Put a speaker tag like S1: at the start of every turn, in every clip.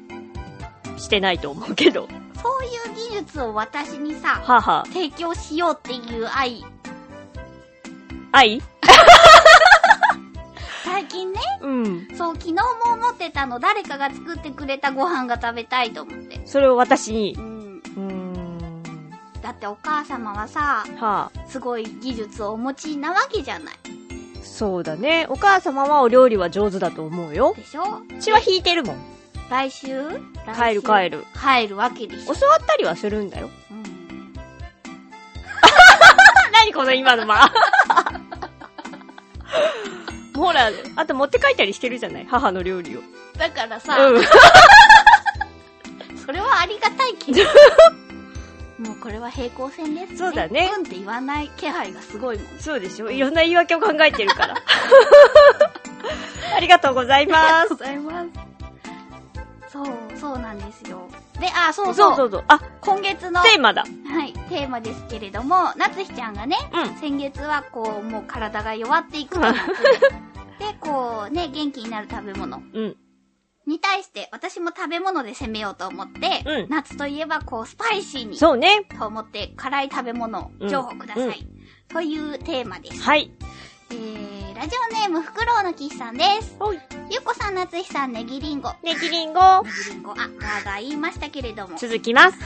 S1: う、してないと思うけど。
S2: そういう技術を私にさ、
S1: 母、
S2: 提供しようっていう愛。
S1: 愛
S2: 最近ね、
S1: うん。
S2: そう、昨日も思ってたの、誰かが作ってくれたご飯が食べたいと思って。
S1: それを私に
S2: う。ん。
S1: うーん。
S2: だってお母様はさ、
S1: はあ、
S2: すごい技術をお持ちなわけじゃない。
S1: そうだね。お母様はお料理は上手だと思うよ。
S2: でしょ
S1: うちは引いてるもん。
S2: 来週
S1: 帰る
S2: る。
S1: 帰る。
S2: 帰るわけでし
S1: 教
S2: ょ。
S1: わったりはするんだよ。
S2: うん
S1: 何この今の間。ほら、あと持って帰ったりしてるじゃない母の料理を。
S2: だからさ、
S1: うん。
S2: それはありがたいけど。 もうこれは平行線です、ね。
S1: そうだね
S2: うんって言わない気配がすごいもん。
S1: そうでしょいろんな言い訳を考えてる から。ありがとうございま
S2: ありがと
S1: す
S2: う。ございます。そう、そうなんですよ。で、あ、そうそ。
S1: そううそうそう。あ、
S2: 今月の、
S1: テーマだ。
S2: はい、テーマですけれども、なつひちゃんがね、
S1: うん。
S2: 先月はこう、もう体が弱っていくのがで、こう、ね、元気になる食べ物
S1: うん。
S2: に対して、私も食べ物で攻めようと思って、
S1: うん
S2: 夏といえばこう、スパイシーに、
S1: そうね。
S2: と思って、辛い食べ物、
S1: うん
S2: 情報ください。
S1: うん
S2: というテーマです。
S1: はい。
S2: えー、ラジオネーム、ふくろうの岸さんです。
S1: おい。
S2: ゆっこさん、なつひさん、ねぎりんご。
S1: ネギリンゴ。
S2: ねぎりんご、あ、わーが言いましたけれども、
S1: 続きます。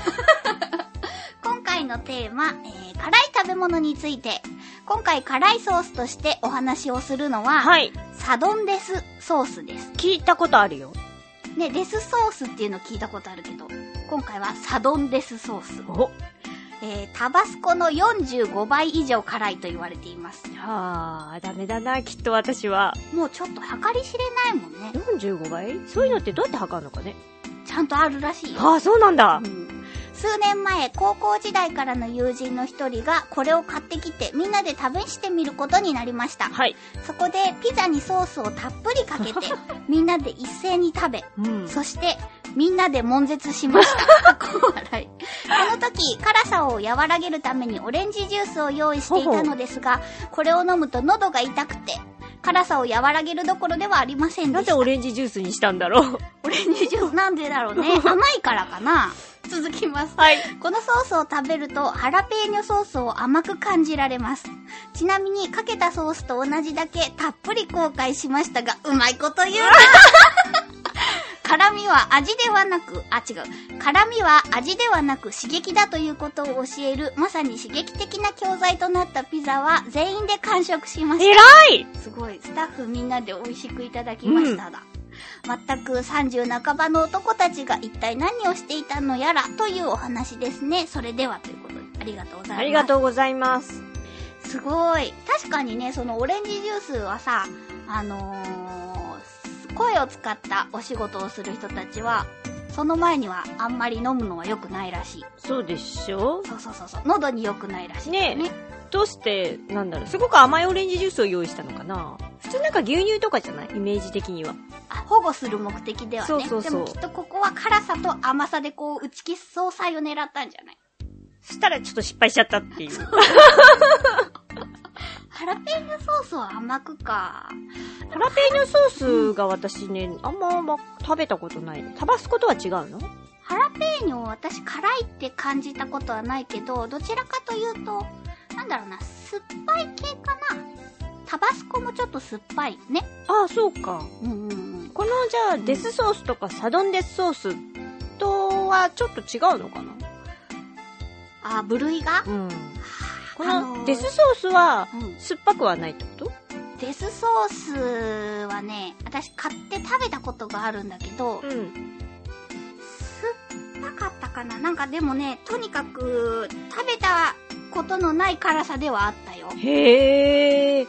S2: 今回のテーマ、えー、辛い食べ物について、今回辛いソースとしてお話をするのは、
S1: はい。
S2: サドンデスソースです。
S1: 聞いたことあるよ。
S2: ね、デスソースっていうの聞いたことあるけど、今回はサドンデスソース。
S1: お。は
S2: えー、タバスコの45倍以上辛いと言われています。
S1: あ、ダメだな、きっと私は。
S2: もうちょっと計り知れないもんね。
S1: 45倍そういうのってどうやって測るのかね。
S2: ちゃんとあるらしいよ。
S1: ああ、そうなんだ
S2: う。ん数年前、高校時代からの友人の一人がこれを買ってきてみんなで試してみることになりました。
S1: はい。
S2: そこでピザにソースをたっぷりかけてみんなで一斉に食べ、
S1: うん。
S2: そしてみんなで悶絶しま した。かっこ笑い。この時、辛さを和らげるためにオレンジジュースを用意していたのですが、これを飲むと喉が痛くて、辛さを和らげるどころではありませんで
S1: な
S2: し
S1: ぜ
S2: た。
S1: オレンジジュースにしたんだろう。
S2: オレンジジュースなんでだろう ね。甘いからかな。続きます。
S1: はい。
S2: このソースを食べるとハラペーニョソースを甘く感じられます。ちなみにかけたソースと同じだけたっぷり後悔しましたが、うまいこと言う な辛みは味ではなく、あ、違う。辛みは味ではなく刺激だということを教える、まさに刺激的な教材となったピザは全員で完食しました。
S1: 偉い
S2: すごい。スタッフみんなで美味しくいただきましただ。全く30半ばの男たちが一体何をしていたのやらというお話ですね。それではということで。ありがとうございます。
S1: ありがとうございます。
S2: すごい。確かにね、そのオレンジジュースはさ、あのー、声を使ったお仕事をする人たちは、その前にはあんまり飲むのは良くないらしい。
S1: そうでしょ
S2: そうそうそうそう。喉に良くないらしい。
S1: ねえどうして、なんだろう、すごく甘いオレンジジュースを用意したのかな普通なんか牛乳とかじゃないイメージ的には。
S2: あ保護する目的ではね。
S1: そうそうそ
S2: で
S1: う
S2: もきっとここは辛さと甘さでこう、打ち消す総裁を狙ったんじゃない
S1: そしたらちょっと失敗しちゃったっていう。
S2: ハラペーニョソースは甘くか。
S1: ハラペーニョソースが私ね、あんまま食べたことない。タバスコとは違うの
S2: ハハラペーニョを私辛いって感じたことはないけど、どちらかというと、なんだろうな、酸っぱい系かな。タバスコもちょっと酸っぱいね。
S1: ああ、そうか。
S2: うんうんうん。
S1: このじゃあ、デスソースとかサドンデスソースとはちょっと違うのかな
S2: あ、部類が
S1: うん。こ
S2: あのー
S1: のデスソースは
S2: うん
S1: 酸っぱくはないってこと
S2: デスソースはね、私買って食べたことがあるんだけど、
S1: うん。
S2: 酸っぱかったかななんかでもね、とにかく食べたことのない辛さではあったよ。
S1: へえ。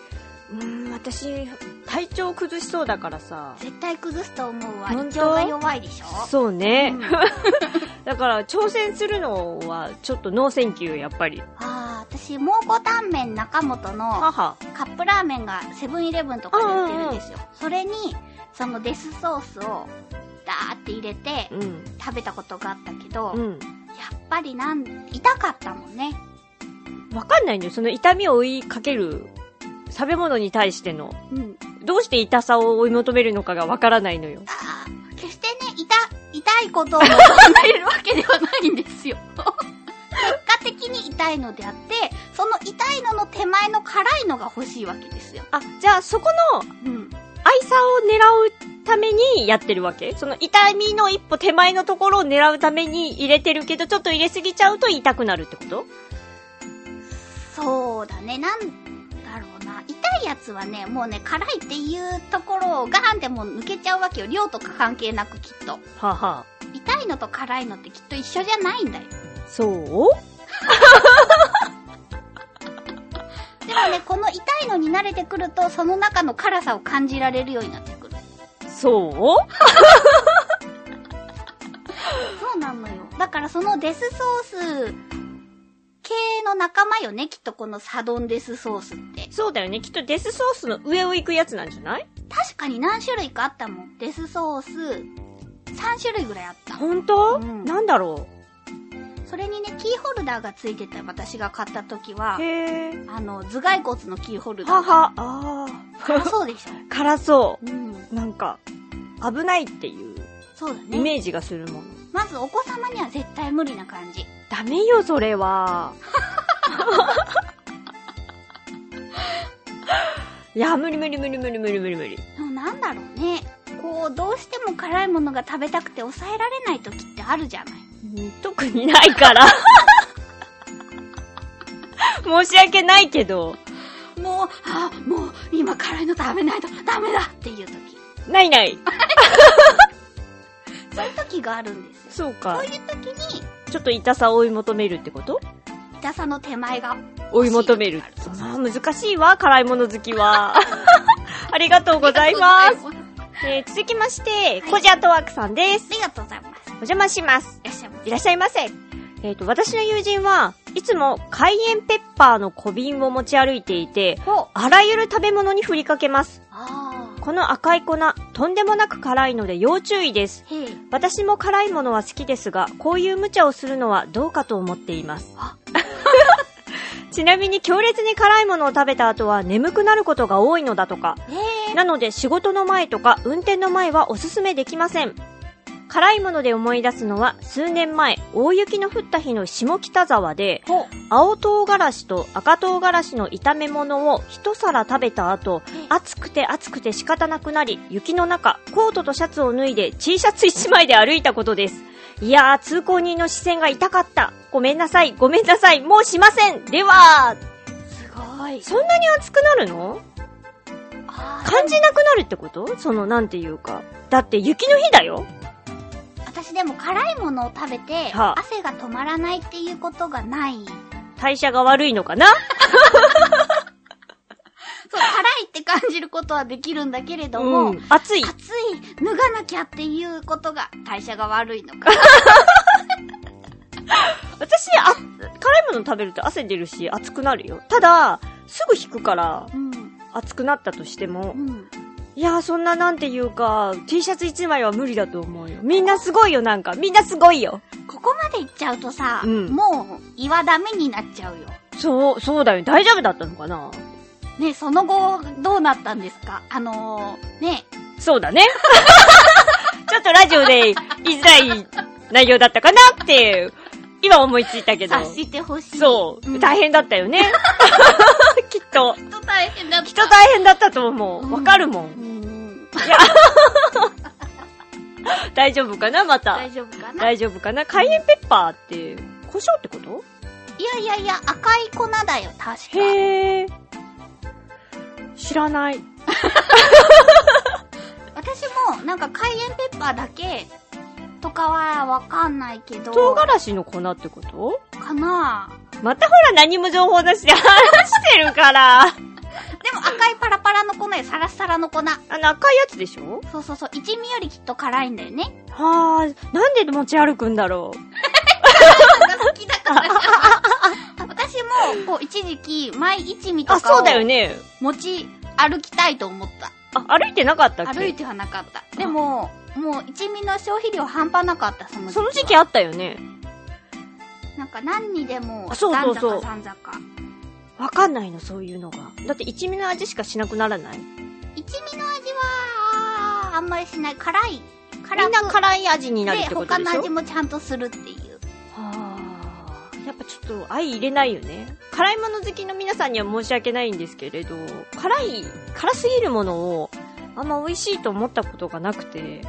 S1: うん、私、体調崩しそうだからさ。
S2: 絶対崩すと思うわ。胃
S1: 本当
S2: 腸が弱いでしょ
S1: そうね。
S2: うん
S1: だから、挑戦するのは、ちょっとノーセンキュー、やっぱり。
S2: ああ、私、蒙古タンメン中本の
S1: 母。
S2: カップラーメンがセブンイレブンとかで売ってるんですよ。それに、そのデスソースをダーって入れて
S1: うん。
S2: 食べたことがあったけど、
S1: うん。
S2: やっぱりなん、痛かったもんね。
S1: わかんないのよ。その痛みを追いかける食べ物に対しての。
S2: うん。
S1: どうして痛さを追い求めるのかがわからないのよ。
S2: あー決してね、痛、痛い ことを求めるわけではないんですよ。結果的に痛いのであって、その痛いのの手前の辛いのが欲しいわけですよ。
S1: あ、じゃあそこの
S2: うん。
S1: 愛さを狙うためにやってるわけその痛みの一歩手前のところを狙うために入れてるけど、ちょっと入れすぎちゃうと痛くなるってこと
S2: そうだね、なんだろうな。痛いやつはね、もうね、辛いっていうところをガーンってもう抜けちゃうわけよ。量とか関係なくきっと。
S1: はあ、は
S2: 痛いのと辛いのってきっと一緒じゃないんだよ。
S1: あ、そう
S2: でもね、この痛いのに慣れてくると、その中の辛さを感じられるようになってくる。
S1: そう
S2: そうなのよ。だからそのデスソース系の仲間よね、きっとこのサドンデスソースって。
S1: そうだよね。きっとデスソースの上を行くやつなんじゃない
S2: 確かに何種類かあったもん。デスソース、3種類ぐらいあった。
S1: 本当、
S2: うん
S1: なんだろ
S2: それにね、キーホルダーがついてた私が買った時は
S1: う。、へえ。
S2: あの、頭蓋骨のキーホルダ
S1: は
S2: ーが。
S1: は、あ
S2: 辛そうでしょ。
S1: あ。辛そう。
S2: うん。
S1: なんか、危ないっていう
S2: そうだ
S1: イ
S2: ね。
S1: メージがするもん。
S2: まずお子様には絶対無理な感じ。
S1: ダメよ、そ れは。いや、無理無理無理無理無理無理無理。
S2: でもなんだろうね。こう、どうしても辛いものが食べたくて抑えられない時ってあるじゃない。
S1: うん特にないから。 申し訳ないけど、
S2: もう、あ、もう、今辛いの食べないとダメだっていう時。
S1: ないない。
S2: そういう時があるんですよ。
S1: そう
S2: そ
S1: か
S2: う。いう時に、
S1: ちょっと痛さを追い求めるってこと
S2: 痛さの手前が。
S1: 追い求める。あー難しいわ、辛いもの好き は。ありがとうございます。
S2: す。あ
S1: えー続きまして、コジアトワークさんです。
S2: りがとうございます。
S1: お邪魔します。
S2: いらっしゃいま
S1: いらっしゃいませ。えっ、と、私の友人はいつも海塩ペッパーの小瓶を持ち歩いていて、
S2: す。ほう。
S1: あらゆる食べ物に振りかけます。
S2: あ
S1: この赤い粉、とんでもなく辛いので要注意です。
S2: ー。へえ。
S1: 私も辛いものは好きですが、こういう無茶をするのはどうかと思っています
S2: あ。
S1: ちなみに強烈に辛いものを食べた後は眠くなることが多いのだとか、
S2: へえ。
S1: なので仕事の前とか運転の前はおすすめできません。辛いもので思い出すのは数年前、大雪の降った日の下北沢で、
S2: ほう。
S1: 青唐辛子と赤唐辛子の炒め物を一皿食べた後、暑くて暑くて仕方なくなり、雪の中、コートとシャツを脱いで T シャツ一枚で歩いたことです。いやー、通行人の視線が痛かった。ごめんなさい、ごめんなさい、もうしません。では、
S2: すごい。
S1: そんなに熱くなるの
S2: あー
S1: 感じなくなるってことその、なんていうか。だって雪の日だよ
S2: 私でも辛いものを食べて、
S1: はあ
S2: 汗が止まらないっていうことがない。そう、
S1: 代謝が悪いのかな
S2: 辛いって感じることはできるんだけれども、
S1: ん。暑い。
S2: 暑い、脱がなきゃっていうことが代謝が悪いのか。
S1: 私、あ、辛いもの食べると汗出るし、暑くなるよ。ただ、すぐ引くから、
S2: うん。
S1: 暑くなったとしても
S2: う。ん。
S1: いやー、そんななんていうか、T シャツ一枚は無理だと思うよ。みんなすごいよ、なんか。みんなすごいよ。
S2: ここまで行っちゃうとさ、
S1: うん
S2: もう胃はダメになっちゃうよ。
S1: そう、そうだよ。大丈夫だったのかな
S2: ね、その後、どうなったんですかあのー、ね、
S1: そうだね。ちょっとラジオで言いづらい内容だったかなっていう、今思いついたけど。
S2: 察してほしい。
S1: そう、
S2: ん
S1: 大変だったよね。 きっと。
S2: きっと大変だった。
S1: きっと大変だったと思
S2: うん
S1: う。わかるもん。
S2: うん
S1: 大丈夫かなまた
S2: 大。丈夫かな
S1: 大丈夫かなカイエンペッパーって、胡椒ってこと
S2: いやいやいや、赤い粉だよ、確か。
S1: へえ。知らない。
S2: 私も、なんか、カイエンペッパーだけ、とかはわかんないけど。
S1: 唐辛子の粉ってこと
S2: かな
S1: またほら何も情報なしで話してる から。あ
S2: でも赤いパラパラの粉よ、サラッサラの粉。
S1: の赤いやつでしょ
S2: そうそうそう、一味よりきっと辛いんだよね。
S1: はあ、なんで持ち歩くんだろ
S2: なんか好きだから じゃん私も、こう、一時期、マイ一味
S1: う。
S2: と
S1: あ、
S2: か
S1: そう
S2: を
S1: だよね。
S2: 持ち歩きたいと思った。
S1: あ、歩いてなかったっけ
S2: 歩いてはなかった。でも、もう一味の消費量半端なかった、その時期は。
S1: その時期あったよね。
S2: なんか何にでも、
S1: あそうそうそ
S2: 三
S1: う
S2: 坂三坂。
S1: わかんないの、そういうのが。だって一味の味しかしなくならない
S2: 一味の味は、あんまりしない。辛い。辛
S1: み
S2: く
S1: んな辛い味になるってこと
S2: 他
S1: でし
S2: の
S1: ょ
S2: 味もちゃんとするっていう。
S1: はあ、やっぱちょっと相入れないよね。辛いもの好きの皆さんには申し訳ないんですけれど、辛い、辛すぎるものを、あんま美味しいと思ったことがなくて。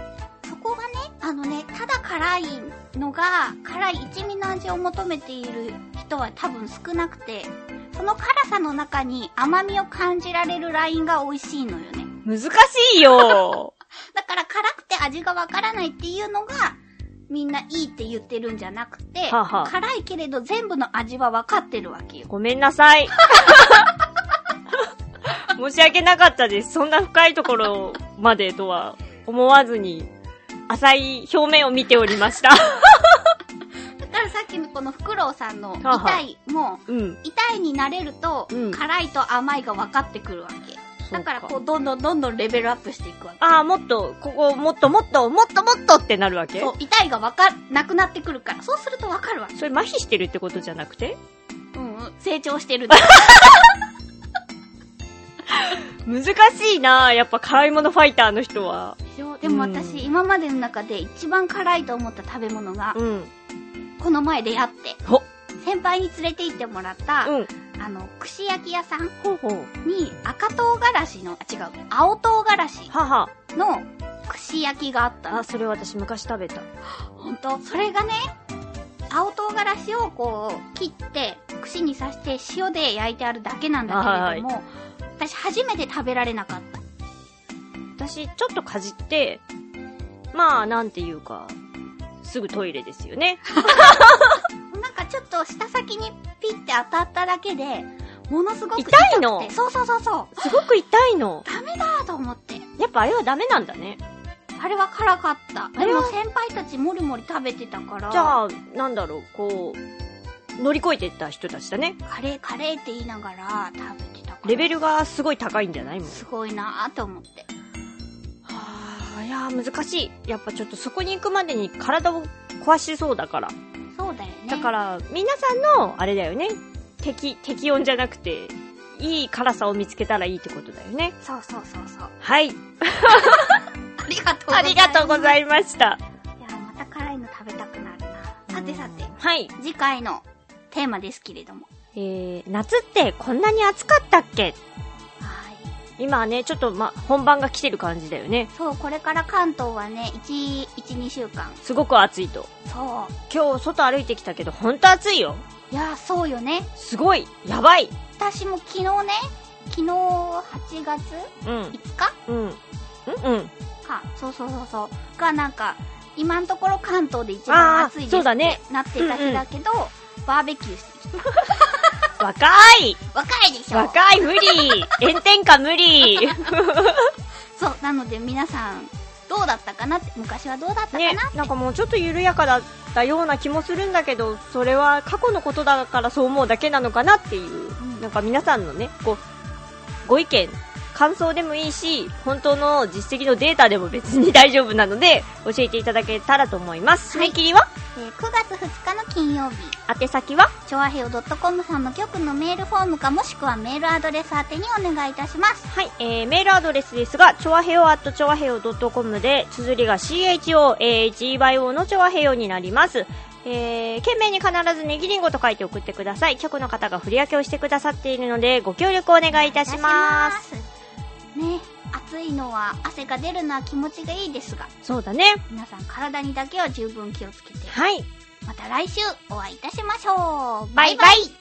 S2: そこがね、あのね、ただ辛いのが、辛い一味の味を求めている人は多分少なくて、その辛さの中に甘みを感じられるラインが美味しいのよね。
S1: 難しいよ
S2: だから辛くて味がわからないっていうのが、みんないいって言ってるんじゃなくて、
S1: はあはあ
S2: 辛いけれど全部の味はわかってるわけよ。
S1: ごめん なさい。申し訳なかったです。そんな深いところまでとは思わずに、浅い表面を見ておりまし た。
S2: だからさっきのこのフクロウさんの
S1: は
S2: 痛いも、
S1: うん。
S2: 痛いになれると、
S1: うん
S2: 辛いと甘いが分かってくるわけ。だからこう、どんどんどんどんレベルアップしていくわけ。
S1: ああ、もっと、ここ、もっともっと、もっともっとってなるわけ
S2: そう、痛いが分か、なくなってくるから。そうすると分かるわけ。
S1: それ麻痺してるってことじゃなくて
S2: うんうん、成長してるんだ。
S1: 難しいなぁやっぱ辛いものファイターの人は。
S2: でも
S1: うん
S2: 私、今までの中で一番辛いと思った食べ物が、
S1: うん。
S2: この前出会って、
S1: ほ
S2: 先輩に連れて行ってもらった、
S1: うん。
S2: あの、串焼き屋さん
S1: ほうほう。
S2: に赤唐辛子の、あ、違う、青唐辛子
S1: はは。
S2: の串焼きがあったの
S1: あ、。それ私昔食べた。
S2: ほんとそれがね、青唐辛子をこう、切って、串に刺して塩で焼いてあるだけなんだけれども、私初めて食べられなかった。
S1: 私、ちょっとかじって、まあ、なんていうか、すぐトイレですよね。
S2: なんかちょっと舌先にピッて当たっただけで、ものすごく
S1: 痛いの
S2: くてそうそうそうそう。
S1: すごく痛いの。
S2: ダメだと思って。
S1: やっぱあれはダメなんだね。
S2: あれは辛かった。
S1: あ
S2: で
S1: れは
S2: も先輩たちもりもり食べてたから、
S1: じゃあ、なんだろう、こう、乗り越えてった人たちだね。
S2: カレーカレーって言いながら食べてたから。
S1: レベルがすごい高いんじゃないもん。
S2: すごいなぁと思って。
S1: はあ、いやー難しい。やっぱちょっとそこに行くまでに体を壊しそうだから。
S2: そうだよね。、
S1: だからら、皆さんの、あれだよね。適、適温じゃなくて、いい辛さを見つけたらいいってことだよね。
S2: そうそうそうそう。
S1: はい。
S2: ありがとうござ
S1: あ
S2: います。
S1: りがとうございました。
S2: いやーまた辛いの食べたくなるな。さてさて
S1: うん、はい。
S2: 次回のテーマですけれども。
S1: えー、夏ってこんなに暑かったっけ
S2: はい。
S1: 今はね、ちょっとま、本番が来てる感じだよね。
S2: そう、これから関東はね、1、1、2週間。
S1: すごく暑いと。
S2: そ
S1: 今日外歩いてきたけど、ほんと暑いよ。
S2: う。いやー、そうよね。
S1: すごい。やばい。
S2: 私も昨日ね、昨日8月
S1: うん。
S2: 5日
S1: うん。うんうん。
S2: か。そうそうそうそう。がなんか、今のところ関東で一番暑い
S1: あ
S2: で
S1: ー
S2: す
S1: そう
S2: っ
S1: だ
S2: て
S1: ね
S2: なってた日だけど、バーベキューしてき
S1: 若い
S2: た。若いでしょ
S1: 若 い無理炎天下無理
S2: そう、なので皆さん、どうだったかなって、昔はどうだったかなって。
S1: ね、なんかもうちょっと緩やかだったような気もするんだけど、それは過去のことだからそう思うだけなのかなっていう、
S2: ん
S1: なんか皆さんのね、こう、ご意見、感想でもいいし、本当の実績のデータでも別に大丈夫なので、教えていただけたらと思います。締
S2: はい
S1: め切りは
S2: えー9月2日の金曜日、
S1: 宛先は
S2: チョアヘオ .com さんの局のメールフォームかもしくはメールアドレス宛てにお願いいたします。
S1: はい、えー、メールアドレスですが、ちょわへよ at ちょわへよ .com で、綴りが CHOAHEYO のちょわへよになります。えー、懸命に必ずネギリンゴと書いて送ってください。局の方が振り分けをしてくださっているので、ご協力をお願いいたします。
S2: す。ね、暑いのは汗が出るのは気持ちがいいですが、
S1: そうだね。
S2: 皆さん体にだけは十分気をつけて、
S1: はい。
S2: また来週お会いいたしましょう。
S1: バイバイ